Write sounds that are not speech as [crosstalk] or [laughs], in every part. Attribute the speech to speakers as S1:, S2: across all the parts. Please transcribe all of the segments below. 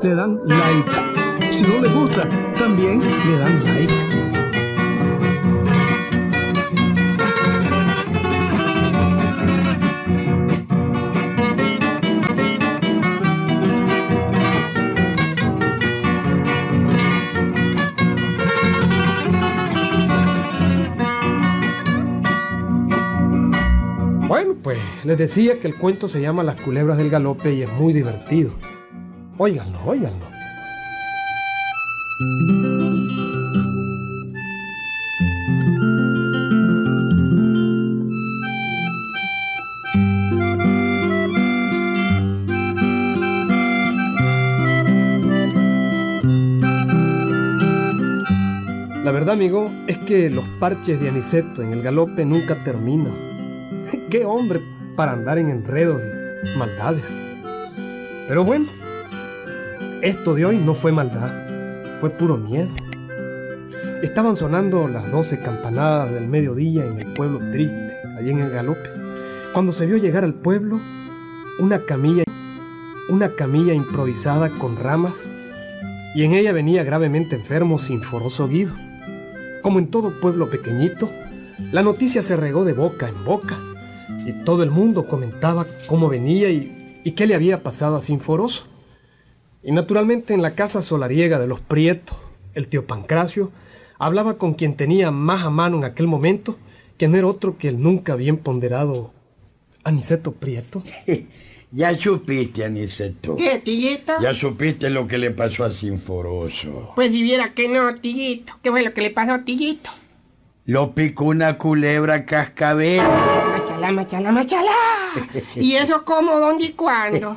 S1: le dan like. Si no les gusta, también le dan like.
S2: Bueno, pues les decía que el cuento se llama Las culebras del galope y es muy divertido. Óiganlo, óiganlo. La verdad, amigo, es que los parches de aniceto en el galope nunca terminan [laughs] qué hombre para andar en enredos y maldades. Pero bueno, esto de hoy no fue maldad, fue puro miedo. Estaban sonando las doce campanadas del mediodía en el pueblo triste, allí en el galope, cuando se vio llegar al pueblo una camilla, una camilla improvisada con ramas, y en ella venía gravemente enfermo Sinforoso Guido. Como en todo pueblo pequeñito, la noticia se regó de boca en boca y todo el mundo comentaba cómo venía y, y, qué le había pasado a Sinforoso. Y naturalmente en la casa solariega de los Prietos, el tío Pancracio hablaba con quien tenía más a mano en aquel momento, que no era otro que el nunca bien ponderado Aniceto Prieto.
S3: [laughs] Ya supiste, Aniceto.
S4: ¿Qué, Tillito?
S3: Ya supiste lo que le pasó a Sinforoso.
S4: Pues si viera que no, Tillito. ¿Qué fue lo que le pasó a Tillito?
S3: Lo picó una culebra cascabel.
S4: Machalá, machalá, machalá.
S3: [laughs]
S4: ¿Y eso cómo, dónde y cuándo?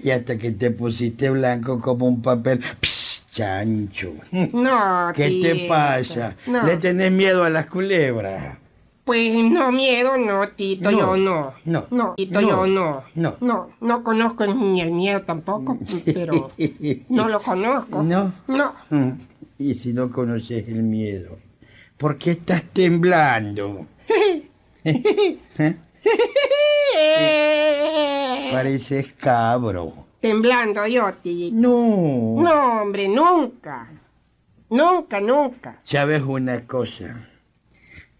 S3: y hasta que te pusiste blanco como un papel. Psst,
S4: [laughs]
S3: chancho.
S4: No,
S3: ¿Qué
S4: tía,
S3: te pasa?
S4: no.
S3: ¿Le tenés miedo a las culebras?
S4: Pues no, miedo no, Tito,
S3: No,
S4: yo no.
S3: no,
S4: No, Tito,
S3: no,
S4: yo no.
S3: no.
S4: No, no conozco ni el miedo
S3: [laughs]
S4: tampoco, pero no lo conozco.
S3: No.
S4: No.
S3: Mm, Y si no conoces el miedo, ¿por qué estás temblando? ¿Eh?
S4: Eh.
S3: Pareces cabro.
S4: Temblando yo, Tito.
S3: No.
S4: No, hombre, nunca. Nunca, nunca.
S3: ¿Sabes una cosa?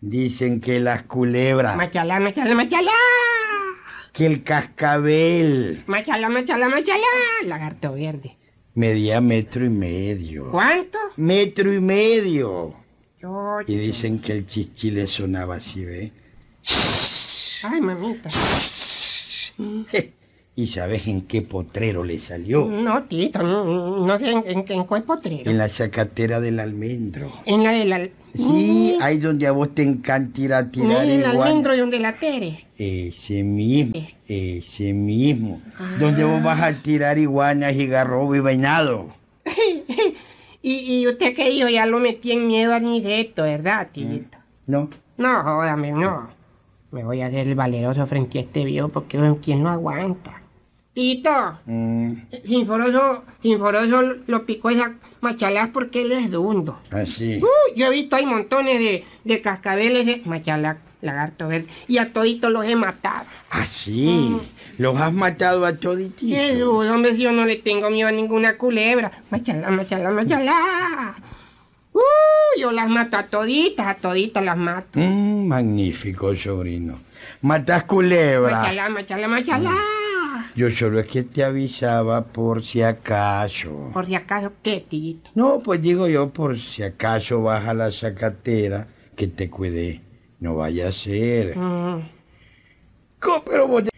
S3: Dicen que las culebras,
S4: Machalá, machalá, machalá.
S3: que el cascabel
S4: Machalá, machalá, machalá. Lagarto verde.
S3: medía metro y medio.
S4: ¿Cuánto?
S3: Metro y medio.
S4: Yo...
S3: Y dicen que el chichi le sonaba así, ¿ves?
S4: Ay, mamita.
S3: ¿Y sabes en qué potrero le salió?
S4: No, Tito, no, no sé en, en, en cuál potrero.
S3: En la sacatera del almendro.
S4: En la de la...
S3: Sí, ahí donde a vos te encanta ir a tirar
S4: en Mm. el
S3: igual.
S4: almendro Eh. y donde la tere.
S3: Ese mismo, ese mismo. Donde
S4: Ah.
S3: vos vas a tirar iguanas y garrobo y vainado.
S4: Y, y usted que dijo, ya lo metí en miedo al directo,
S3: Mm.
S4: ¿verdad, Tito?
S3: ¿No?
S4: No, jódame, no. Me voy a hacer el valeroso frente a este viejo porque bueno, ¿quién no aguanta? Tito,
S3: Mm,
S4: Sinforoso, Sinforoso lo picó esa machalás porque él es dundo.
S3: así.
S4: Uy, yo he visto hay montones de, de cascabeles de machalá, lagarto verde, y a toditos los he matado.
S3: Así. Los has matado a
S4: Qué
S3: todititos.
S4: duro, hombre, si yo no le tengo miedo a ninguna culebra. Machalá, machalá, machalá. Uh, yo las mato a toditas, a toditas las mato.
S3: Mm, magnífico, sobrino. Matas culebra.
S4: Machalá, machalá, machalá.
S3: Yo solo es que te avisaba por si acaso.
S4: Por si acaso, ¿qué, tillito?
S3: No, pues digo yo, por si acaso vas a la sacatera, que te cuidé. No vaya a ser.
S4: Mm,
S3: Co- Pero vos, de-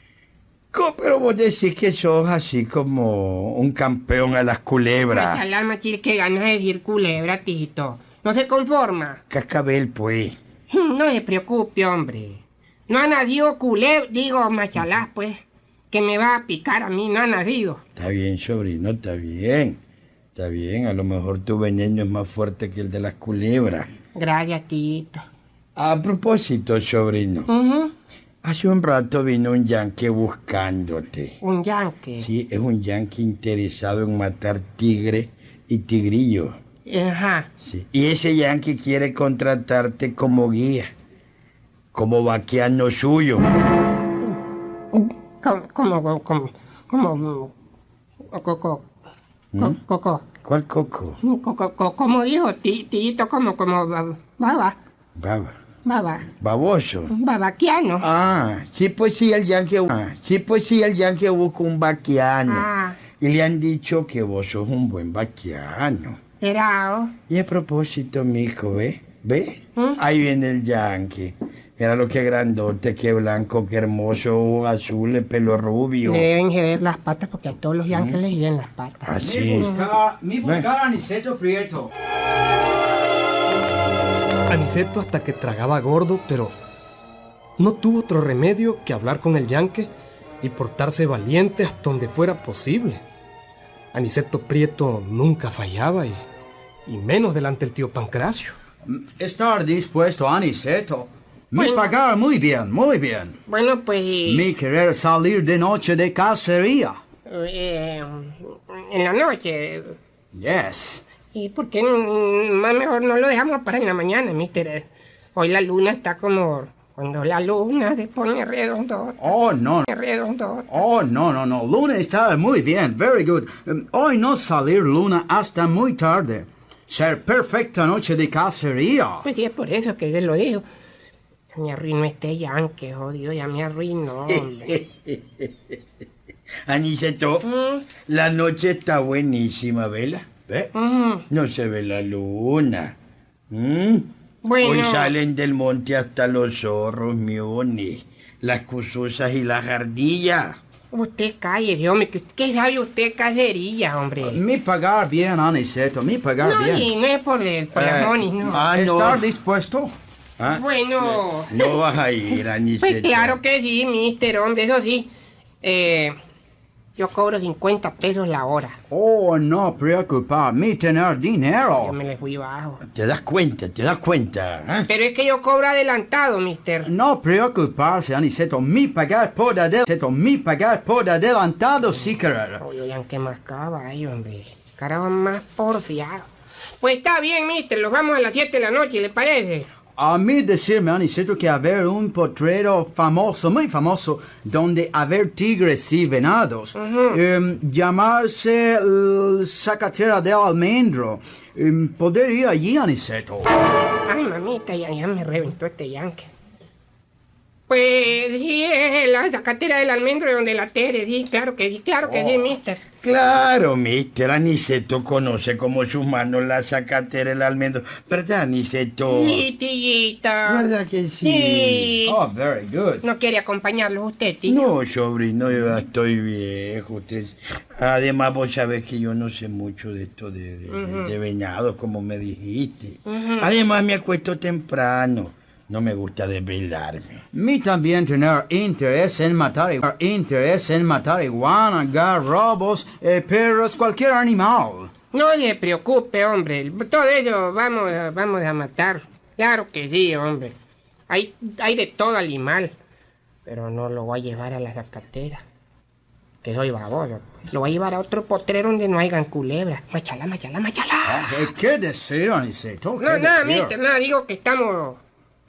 S3: co- pero vos decís que sos así como un campeón a las culebras.
S4: machalá, machil, qué ganas de decir culebra, tijito. No se conforma.
S3: Cascabel, pues.
S4: [laughs] No se preocupe, hombre. No ha nacido culebra, digo machalá, pues. Que me va a picar a mí, no ha nacido.
S3: Está bien, sobrino, está bien. Está bien, a lo mejor tu veneno es más fuerte que el de las culebras.
S4: Gracias, tijito.
S3: A propósito, sobrino,
S4: Ujú,
S3: hace un rato vino un yanqui buscándote.
S4: Un yanque.
S3: Sí, es un yanqui interesado en matar tigre y tigrillo.
S4: Ajá.
S3: Sí. Y ese yanqui quiere contratarte como guía, como vaquiano suyo.
S4: Como, como, como, como, Coco.
S3: ¿Mm?
S4: Coco.
S3: ¿Cuál coco?
S4: Coco. Como dijo, Ti- tito, como, como, bab- baba,
S3: Baba.
S4: baba,
S3: Baboso.
S4: babaquiano.
S3: Ah, sí, pues sí, el yankee, ah, sí, pues sí, el yankee busca un vaquiano.
S4: Ah,
S3: Y le han dicho que vos sos un buen vaquiano.
S4: era, oh,
S3: Y a propósito, mijo, ¿ve? ¿Ve?
S4: ¿Mm?
S3: Ahí viene el yankee. Mira lo que grandote, qué blanco, qué hermoso, ojos azules, pelo rubio.
S4: le deben joder las patas porque a todos los
S3: ¿Mm?
S4: yankees les hieden las
S3: Ah,
S4: patas.
S5: Mi
S3: Así.
S5: buscar, mi
S3: Bueno.
S5: buscar Aniceto Prieto.
S2: Aniceto hasta que tragaba gordo, pero no tuvo otro remedio que hablar con el yanque y portarse valiente hasta donde fuera posible. Aniceto Prieto nunca fallaba y, y menos delante del tío Pancracio.
S5: Estar dispuesto Aniceto. Me pagar muy bien, muy bien.
S4: Bueno, pues,
S5: Mi querer salir de noche de cacería.
S4: eh, en la noche,
S5: Yes.
S4: ¿y por qué n- más mejor no lo dejamos para en la mañana, mister? Hoy la luna está como, cuando la luna se pone redondo,
S5: Oh, no.
S4: redondo.
S5: Oh, no, no, no. Luna está muy bien. Very good. Em, Hoy no salir luna hasta muy tarde. Ser perfecta noche de cacería.
S4: Pues sí, es por eso que se lo digo. Ya me arruinó este yanque, jodido, ya me arruinó,
S5: [laughs]
S4: hombre.
S3: Aniceto,
S4: Mm,
S3: la noche está buenísima, ¿vela? ¿Ve?
S4: mm.
S3: No se ve la luna. ¿Mm?
S4: Bueno.
S3: Hoy salen del monte hasta los zorros, miones, las cusuzas y las ardillas.
S4: Usted cállese, hombre. que- ¿Qué sabe usted cacería, hombre?
S5: Mi pagar bien, Aniceto. Mi pagar
S4: No, y
S5: bien.
S4: no es por el por las
S3: Eh,
S4: monis, no.
S3: ah, no.
S5: Estar dispuesto.
S3: ¿Ah?
S4: Bueno,
S3: No vas a ir, Aniceto.
S4: pues claro que sí, mister, hombre, eso sí. Eh, yo cobro 50 pesos la hora.
S5: Oh, no preocupar. Mi tener
S4: Yo
S3: Oh.
S5: dinero.
S4: me le fui bajo.
S3: Te das cuenta, te das cuenta. ¿ah?
S4: Pero es que yo cobro adelantado, mister.
S5: No preocuparse, Aniceto. Mi pagar por adelantado. Mi pagar por adelantado si querer.
S4: Oye, ya que más caballo, hombre. Carajo más porfiado. Pues está bien, mister, los vamos a las 7 de la noche, ¿le parece?
S5: A mí decirme, Aniceto, que haber un potrero famoso, muy famoso, donde haber tigres y venados, em, llamarse el Sacatera del Almendro, em, poder ir allí, Aniceto.
S4: Ay, mamita, ya, ya me reventó este yanque. Pues sí, es la zacatera del almendro donde la Tere, sí, claro que sí, claro que sí, mister.
S3: Claro, mister Aniceto conoce como sus manos la zacatera, el almendro. ¿Verdad, Aniceto?
S4: Sí, tillita.
S3: ¿Verdad que sí?
S4: Sí.
S5: Oh, very good.
S4: No quiere acompañarlo usted, tío.
S3: No, sobrino, yo ya estoy viejo. Usted... Además, vos sabés que yo no sé mucho de esto de, de, de venado, como me dijiste. Además, me acuesto temprano. No me gusta desvelarme.
S5: Mi también tener interés en matar, iguana- interés en matar iguana, garrobos, eh, perros, cualquier animal.
S4: No se preocupe, hombre. Todo eso vamos, a- vamos a matar. Claro que sí, hombre. Hay, hay de todo animal. Pero no lo voy a llevar a la zacatera. Que soy baboso. Lo voy a llevar a otro potrero donde no hayan culebras. Machalá, machalá, machalá.
S5: Eh, ¿Qué decir, Aniceto? ¿Qué
S4: No, nada,
S5: decir?
S4: mister, nada. Digo que estamos...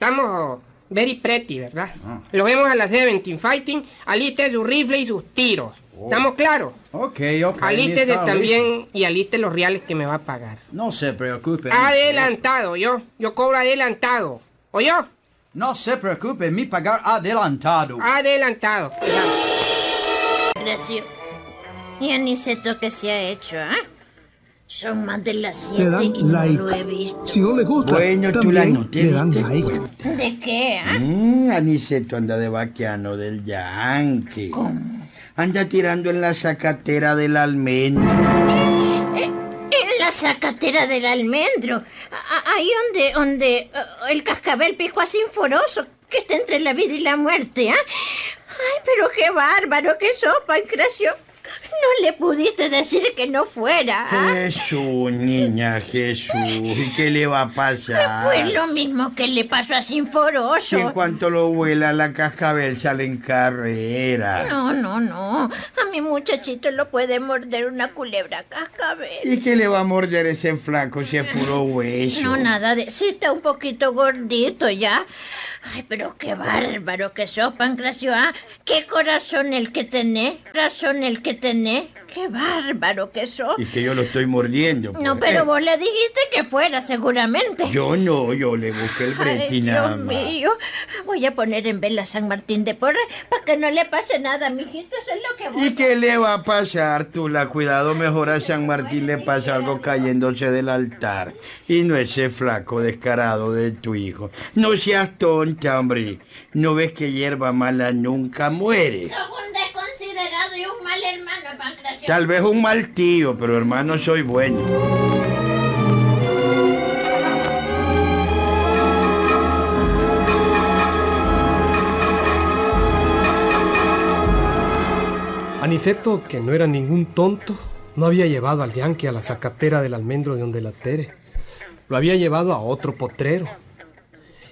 S4: Estamos... Very pretty, ¿verdad?
S5: Ah.
S4: Lo vemos a las 17 Fighting. Aliste su rifle y sus tiros. ¿Estamos claros?
S5: Ok, ok.
S4: Alístese
S5: Oh. está listo.
S4: también y aliste los reales que me va a pagar.
S5: No se preocupe. Aniceto.
S4: Adelantado, yo. Yo cobro adelantado. ¿O yo?
S5: No se preocupe, mi pagar adelantado.
S4: Adelantado.
S6: Gracio. Y Aniceto que se ha hecho, ¿ah? Son más de las
S1: Le
S6: siete
S1: dan
S6: y Este, no
S1: like.
S6: lo he visto.
S1: Si no les gusta,
S3: Bueno, tú la
S1: también
S3: anoté,
S1: le dan
S3: ¿viste?
S1: like.
S6: ¿De qué, ah?
S3: Mm, Aniceto anda de vaquiano del yankee. Anda tirando en la zacatera del almendro.
S6: En la zacatera del almendro. A- a- Ahí donde, donde ah, el cascabel pico sinforoso que está entre la vida y la muerte, ¿ah? Ay, pero qué bárbaro, qué sopa, Cracio. No le pudiste decir que no fuera, ¿ah?
S3: Jesús, niña, Jesús. ¿Y qué le va a pasar?
S6: Pues lo mismo que le pasó a
S3: Si en
S6: Sinforoso.
S3: cuanto lo vuela la cascabel sale en carrera.
S6: No, no, no. A mi muchachito lo puede morder una culebra cascabel.
S3: ¿Y qué le va a morder ese flaco si es puro hueso?
S6: No, nada de... Sí, está un poquito gordito ya. Ay, pero qué bárbaro que sos, Pancracio. ¿ah? ¿Qué corazón el que tenés? Corazón el que tenés. Qué bárbaro que sos.
S3: Y que yo lo estoy mordiendo.
S6: No,
S3: pues.
S6: pero vos le dijiste que fuera, seguramente.
S3: Yo no, yo le busqué el
S6: Ay,
S3: breti nada
S6: Dios
S3: más.
S6: mío. Voy a poner en vela a San Martín de Porres para que no le pase nada, mijito. Eso es lo que voy
S3: ¿Y qué le va a pasar, Tula? Cuidado, mejor a San Martín le pasa algo cayéndose del altar. Y no ese flaco descarado de tu hijo. No seas tonta, hombre. ¿No ves que hierba mala nunca muere?
S6: un desconsiderado y un mal hermano, Pancracio.
S3: Tal vez un mal tío, pero hermano soy bueno.
S2: Aniceto, que no era ningún tonto, no había llevado al yanqui a la zacatera del almendro de donde la Tere. Lo había llevado a otro potrero.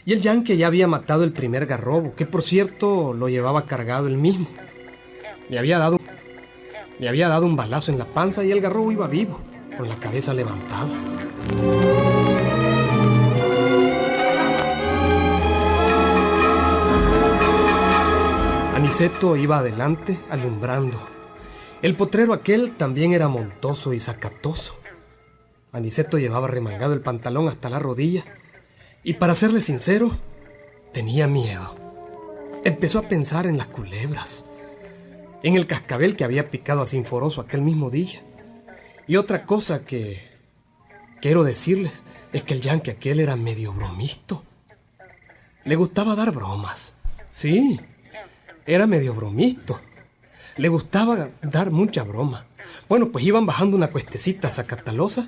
S2: Y el yanqui ya había matado el primer garrobo, que por cierto lo llevaba cargado él mismo. Le había dado, le había dado un balazo en la panza y el garrobo iba vivo, con la cabeza levantada. Aniceto iba adelante, alumbrando. El potrero aquel también era montoso y zacatoso. Aniceto llevaba remangado el pantalón hasta la rodilla y, para serle sincero, tenía miedo. Empezó a pensar en las culebras, en el cascabel que había picado a Sinforoso aquel mismo día. Y otra cosa que quiero decirles es que el yanque aquel era medio bromisto. Le gustaba dar bromas. Sí, era medio bromisto. Le gustaba dar mucha broma. Bueno, pues iban bajando una cuestecita sacatalosa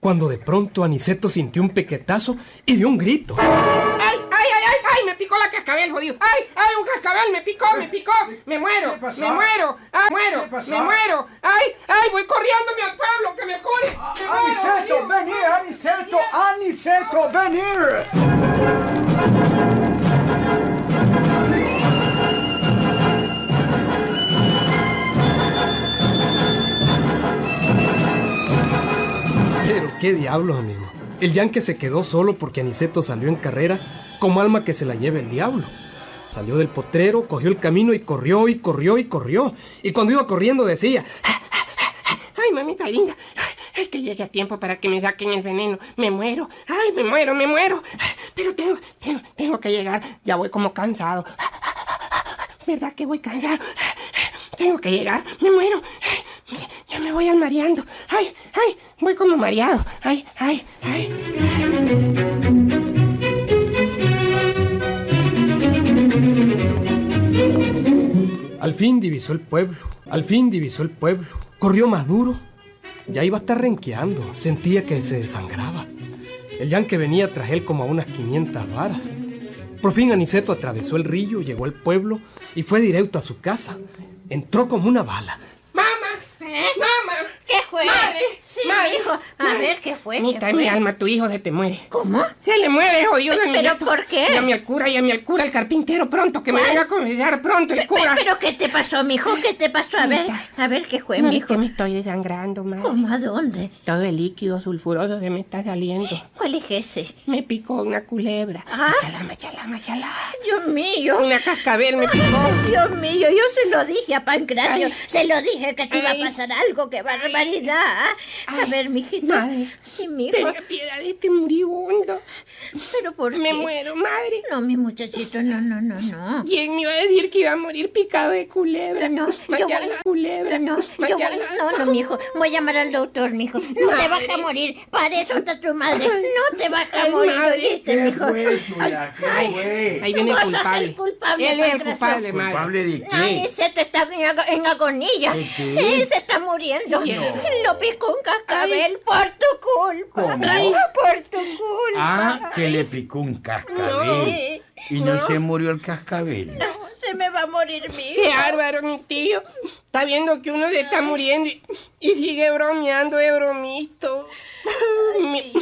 S2: cuando de pronto Aniceto sintió un pequetazo y dio un grito.
S4: ¡Ay, ay, ay, ay! ¡Ay, me picó la cascabel, jodido! ¡Ay, ay, un cascabel! ¡Me picó, me picó! ¡Me muero!
S5: Eh, qué pasó?
S4: ¡Me muero! ¡Ay, muero!
S5: ¿Qué pasó?
S4: ¡Me muero! ¡Ay, ay! ¡Voy corriéndome al pueblo! ¡Que me cure! ¡Me
S5: Ah,
S4: muero,
S5: Aniceto,
S4: jodido!
S5: venir, Aniceto, Aniceto, venir.
S2: Pero qué diablos, amigo. El yanque se quedó solo porque Aniceto salió en carrera como alma que se la lleve el diablo. Salió del potrero, cogió el camino y corrió y corrió y corrió. Y cuando iba corriendo decía,
S4: ¡Ay, mamita linda! ¡Ay, que llegue a tiempo para que me saquen el veneno! ¡Me muero! ¡Ay, me muero, me muero! Pero tengo, tengo, tengo que llegar. Ya voy como cansado. ¿Verdad que voy cansado? Tengo que llegar. ¡Me muero! Ay, Ya me voy al mareando. ¡Ay, ay! Voy como mareado. ¡Ay, ay, ay!
S2: Al fin divisó el pueblo, al fin divisó el pueblo. Corrió más duro. Ya iba a estar renqueando, sentía que se desangraba. El yanque venía tras él como a unas 500 varas. Por fin Aniceto atravesó el río, llegó al pueblo y fue directo a su casa. Entró como una bala.
S4: ¡Mamá!
S6: ¿Eh?
S4: ¡Mamá!
S6: ¿Qué fue?
S4: Madre,
S6: sí,
S4: madre,
S6: mi hijo. A
S4: madre.
S6: ver, ¿qué fue? Pues, ¿Qué
S4: Mamita,
S6: fue?
S4: en mi alma, tu hijo se te muere.
S6: ¿Cómo?
S4: Se le muere, jodido
S6: Pe-
S4: mi
S6: ¿pero
S4: nieto.
S6: por qué?
S4: Llame al cura, llame al cura, el carpintero, pronto, que me
S6: ¿Cuál?
S4: venga a convidar pronto el
S6: Pe-
S4: cura.
S6: ¿Pero qué te pasó, mijo? ¿Qué te pasó? A ver,
S4: Mamita.
S6: a ver, ¿qué fue,
S4: Mami,
S6: Pues, mijo?
S4: que me estoy desangrando, madre.
S6: ¿Cómo? ¿A dónde?
S4: Todo el líquido sulfuroso se me está saliendo.
S6: ¿Cuál es ese?
S4: Me picó una culebra.
S6: Ah.
S4: Machalá, machalá, machalá.
S6: Dios mío.
S4: Una cascabel me picó.
S6: Ay, Dios mío, yo se lo dije a Pancracio.
S4: Ay.
S6: Se lo dije que te iba a
S4: Ay.
S6: pasar algo. ¡Qué barbaridad! A
S4: Ay.
S6: ver, mijito.
S4: Madre.
S6: Sí, mijo.
S4: Tenga piedad de este moribundo.
S6: ¿Pero por qué?
S4: Me muero, madre.
S6: No, mi muchachito, no, no, no, no.
S4: ¿Quién me iba a decir que iba a morir picado de culebra?
S6: No, yo voy-
S4: Machalá, culebra.
S6: No, yo voy,
S4: Machalá.
S6: no, no, mijo. Voy a llamar al doctor, mijo. No te vas a morir. Para eso está tu madre. No te vas a
S4: Ay,
S6: morir,
S4: madre.
S6: ¿oíste, mijo?
S4: Ahí viene el
S6: Vos sos
S4: culpable.
S6: el culpable,
S4: Él es el
S6: Pancracio.
S4: culpable, madre.
S3: ¿Culpable de
S6: Ay,
S3: qué?
S6: se te está en, ago- en agonía.
S3: ¿De qué?
S6: Él se está muriendo. Lo picó un cascabel por tu culpa.
S3: ¿Cómo?
S6: Ay, Por tu culpa.
S3: Ah, que le picó un cascabel. Y no se murió el cascabel.
S6: No, se me va a morir mi hijo.
S4: Qué bárbaro, mi tío. Está viendo que uno se está muriendo y, y sigue bromeando de bromito. Mi,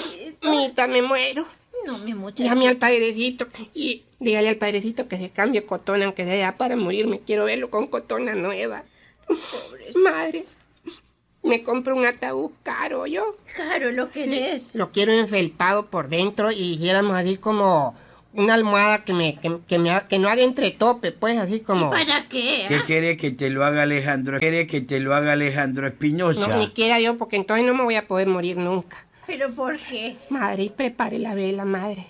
S4: mita, me muero.
S6: No, mi muchacho.
S4: Llame al padrecito y dígale al padrecito que se cambie cotona, aunque sea para morirme. Quiero verlo con cotona nueva. Madre, me compro un ataúd caro, yo.
S6: Caro, lo que eres.
S4: Lo quiero enfelpado por dentro y dijéramos así como una almohada que me, que, que me ha- que no haga entre tope, pues así como.
S6: ¿Para qué?
S3: ¿Qué
S6: ah?
S3: quiere que te lo haga Alejandro? ¿Quiere que te lo haga Alejandro Espinosa?
S4: No, ni quiera yo, porque entonces no me voy a poder morir nunca.
S6: ¿Pero por qué?
S4: Madre, y prepare la vela, madre.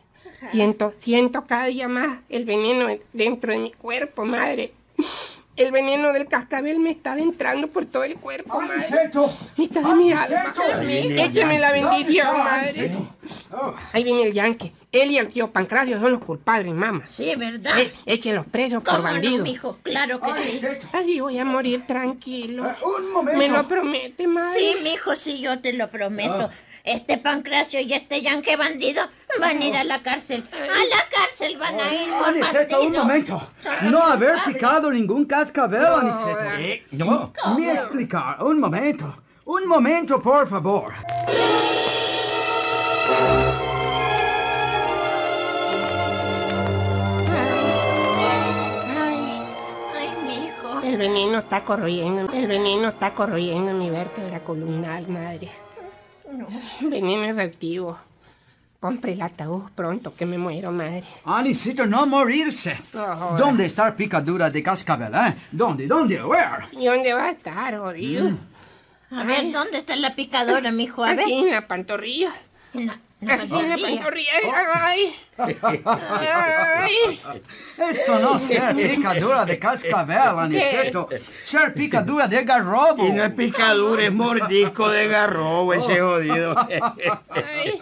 S4: Siento, siento cada día más el veneno dentro de mi cuerpo, madre. El veneno del cascabel me está adentrando por todo el cuerpo, madre. Me está de mi alma.
S3: Viene el
S4: Écheme la
S3: Yankee.
S4: bendición, madre. Ahí viene el yanque. Él y el tío Pancracio son los culpables, mamá.
S6: Sí, ¿verdad?
S4: Eh, échenlos presos por
S6: ¿Cómo no,
S4: bandidos.
S6: mijo? Claro que sí.
S4: Así voy a morir tranquilo.
S5: Un momento.
S4: Me lo promete, madre.
S6: Ah, Sí, mijo, sí, yo te lo prometo. Este Pancracio y este Yankee bandido van a ir a la cárcel. A la cárcel van a ir por
S5: Aniceto, un
S6: partido.
S5: momento.
S6: Son
S5: No haber
S6: culpables.
S5: picado ningún cascabel, Aniceto.
S3: Eh, no.
S5: Ni explicar. Un momento. Un momento, por favor.
S4: Ay,
S6: Ay, mijo.
S4: el veneno está corriendo. El veneno está corriendo en mi vértebra columnal, madre. Veneno efectivo. Compre el ataúd pronto, que me muero, madre.
S5: Aniceto, Ah, no morirse.
S4: No, joder.
S5: ¿Dónde está picadura de cascabel, eh? ¿Dónde? ¿Dónde? ¿Where?
S4: ¿Y dónde va a estar, jodido?
S6: A ver, ¿dónde está la picadora, mijo? Pues A ver.
S4: Aquí en la pantorrilla.
S6: No, no,
S4: Aquí en la
S6: no,
S4: pantorrilla. Ay,
S6: Oh.
S4: ay.
S5: Eso no es
S6: [laughs]
S5: ser picadura de cascabel, Aniceto. Ser picadura de garrobo.
S3: Y no es picadura, es mordisco de garrobo ese
S5: Oh. [laughs]
S3: jodido.
S4: Ay.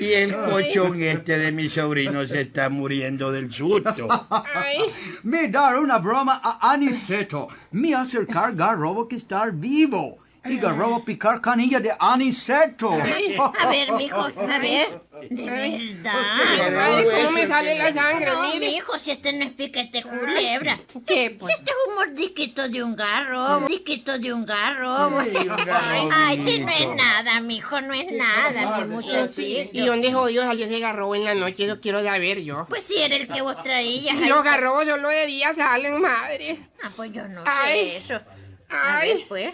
S3: y el colchón este de mi sobrino se está muriendo del susto.
S4: ay.
S5: Me dar una broma a Aniceto. Me acercar garrobo que estar vivo. Y garrobo picar canilla de Aniceto.
S6: A ver, mijo, a ver. De verdad.
S4: Madre, ¿cómo me sale la sangre?
S6: No,
S4: Mire.
S6: mijo, si este no es piquete culebra.
S4: ¿Qué,
S6: Si
S4: pues?
S6: este es un mordisquito de un garro, un disquito de un garro.
S3: garro,
S6: Ay, si no es nada, mijo, no es nada, mi
S4: ¿Y
S6: muchachito.
S4: dónde jodido salió ese garrobo en la noche? Eso quiero saber yo.
S6: Pues si era el que vos
S4: [laughs]
S6: traías.
S4: Los garrobos solo de día salen, madre.
S6: Ah, pues yo no
S4: Ay.
S6: sé eso. A ver,
S4: Ay,
S6: pues.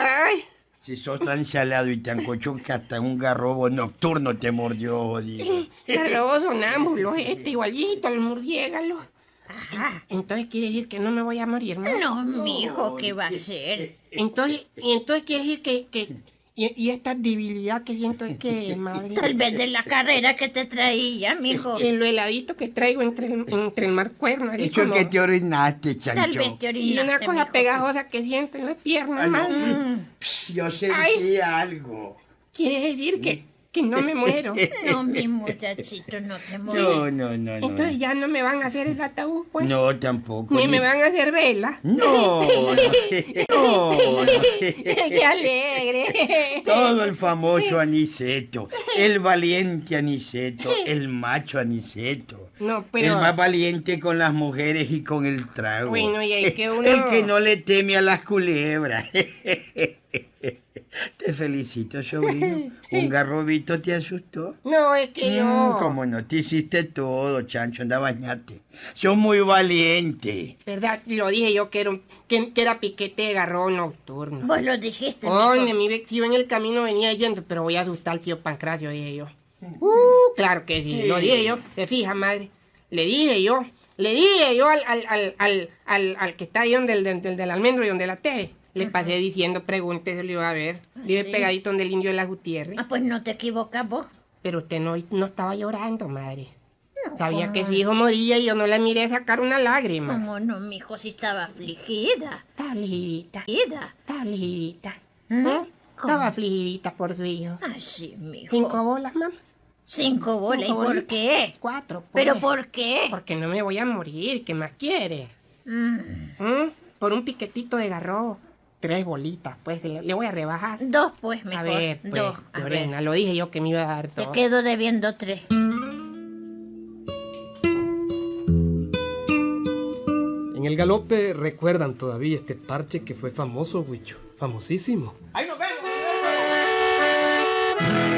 S4: ay.
S3: Si sos tan salado y tan colchón que hasta un garrobo nocturno te mordió, jodido.
S4: Garrobos sonámbulos, este, igualito, los murciélagos. Entonces quiere decir que no me voy a morir, ¿no?
S6: No, mijo, ¿qué va a ser?
S4: Entonces, y entonces quiere decir que, que y, y esta debilidad que siento es que, madre,
S6: Tal vez de la carrera que te traía, mijo.
S4: el heladito que traigo entre el, entre el marcuerno, así
S3: Eso es
S4: como-
S3: que te orinaste,
S6: Tal
S3: chancho.
S6: vez te
S4: y una
S6: orinaste,
S4: cosa
S6: mijo.
S4: pegajosa que siento en la pierna,
S3: Ay, Ah, no.
S4: madre.
S3: Pss, Yo sentí algo.
S4: Quiere decir que, que no me
S3: [laughs]
S4: muero.
S6: No, mi muchachito, no te mueras.
S3: No, no, no, no.
S4: Entonces ya no me van a hacer el ataúd, pues.
S3: No, pues, tampoco.
S4: Ni me
S3: ni-
S4: van a hacer vela. [laughs]
S3: No, no, no. [laughs]
S4: ¡Qué alegre!
S3: Todo el famoso Aniceto, el valiente Aniceto, el macho Aniceto.
S4: No, pero-
S3: El más valiente con las mujeres y con el trago.
S4: Bueno, y el que uno-
S3: El que no le teme a las culebras. [laughs] Te felicito, sobrino.
S4: [laughs]
S3: Un garrobito te asustó.
S4: No, es que yo...
S3: como no, te hiciste todo, chancho, anda bañate. Sos muy valiente.
S4: ¿Verdad? Lo dije yo que era, un- que, que era piquete de garrón nocturno.
S6: Vos lo dijiste,
S4: Oye,
S6: mijo.
S4: mi vecino en el camino venía yendo, pero voy a asustar al tío Pancracio, dije yo. Uh, claro que sí, lo dije yo. Te fijas, madre. Le dije yo, le dije yo al, al, al, al, al, al que está ahí donde el del, del, del almendro y donde la té. Le pasé diciendo, pregúntese, lo iba a ver. Dije
S6: Ah, sí?
S4: pegadito donde el indio de la Gutiérrez.
S6: Ah, pues no te equivocas vos.
S4: Pero usted no, no estaba llorando, madre. Sabía que su hijo moría y yo no le miré sacar una lágrima.
S6: ¿Cómo no, mijo? Si estaba afligida.
S4: Talita.
S6: Afligida.
S4: Estaba afligidita.
S6: ¿Mm?
S4: ¿Mm? Estaba afligidita por su hijo.
S6: Ah, sí, mijo.
S4: Cinco bolas, mamá.
S6: Cinco bolas. ¿Y
S4: Cinco
S6: por
S4: bolitas.
S6: qué?
S4: Cuatro. pues.
S6: ¿Pero por qué?
S4: Porque no me voy a morir. ¿Qué más quiere?
S6: Mm,
S4: ¿Mm? Por un piquetito de garrobo. Tres bolitas, pues. Le, le voy a rebajar.
S6: Dos, pues, mejor.
S4: A ver, pues,
S6: Dos. A ver.
S4: Lorena, lo dije yo que me iba a dar
S6: Te
S4: dos.
S6: quedo debiendo tres.
S2: En el galope recuerdan todavía este parche que fue famoso, Huicho. Famosísimo.
S7: ¡Ahí nos vemos!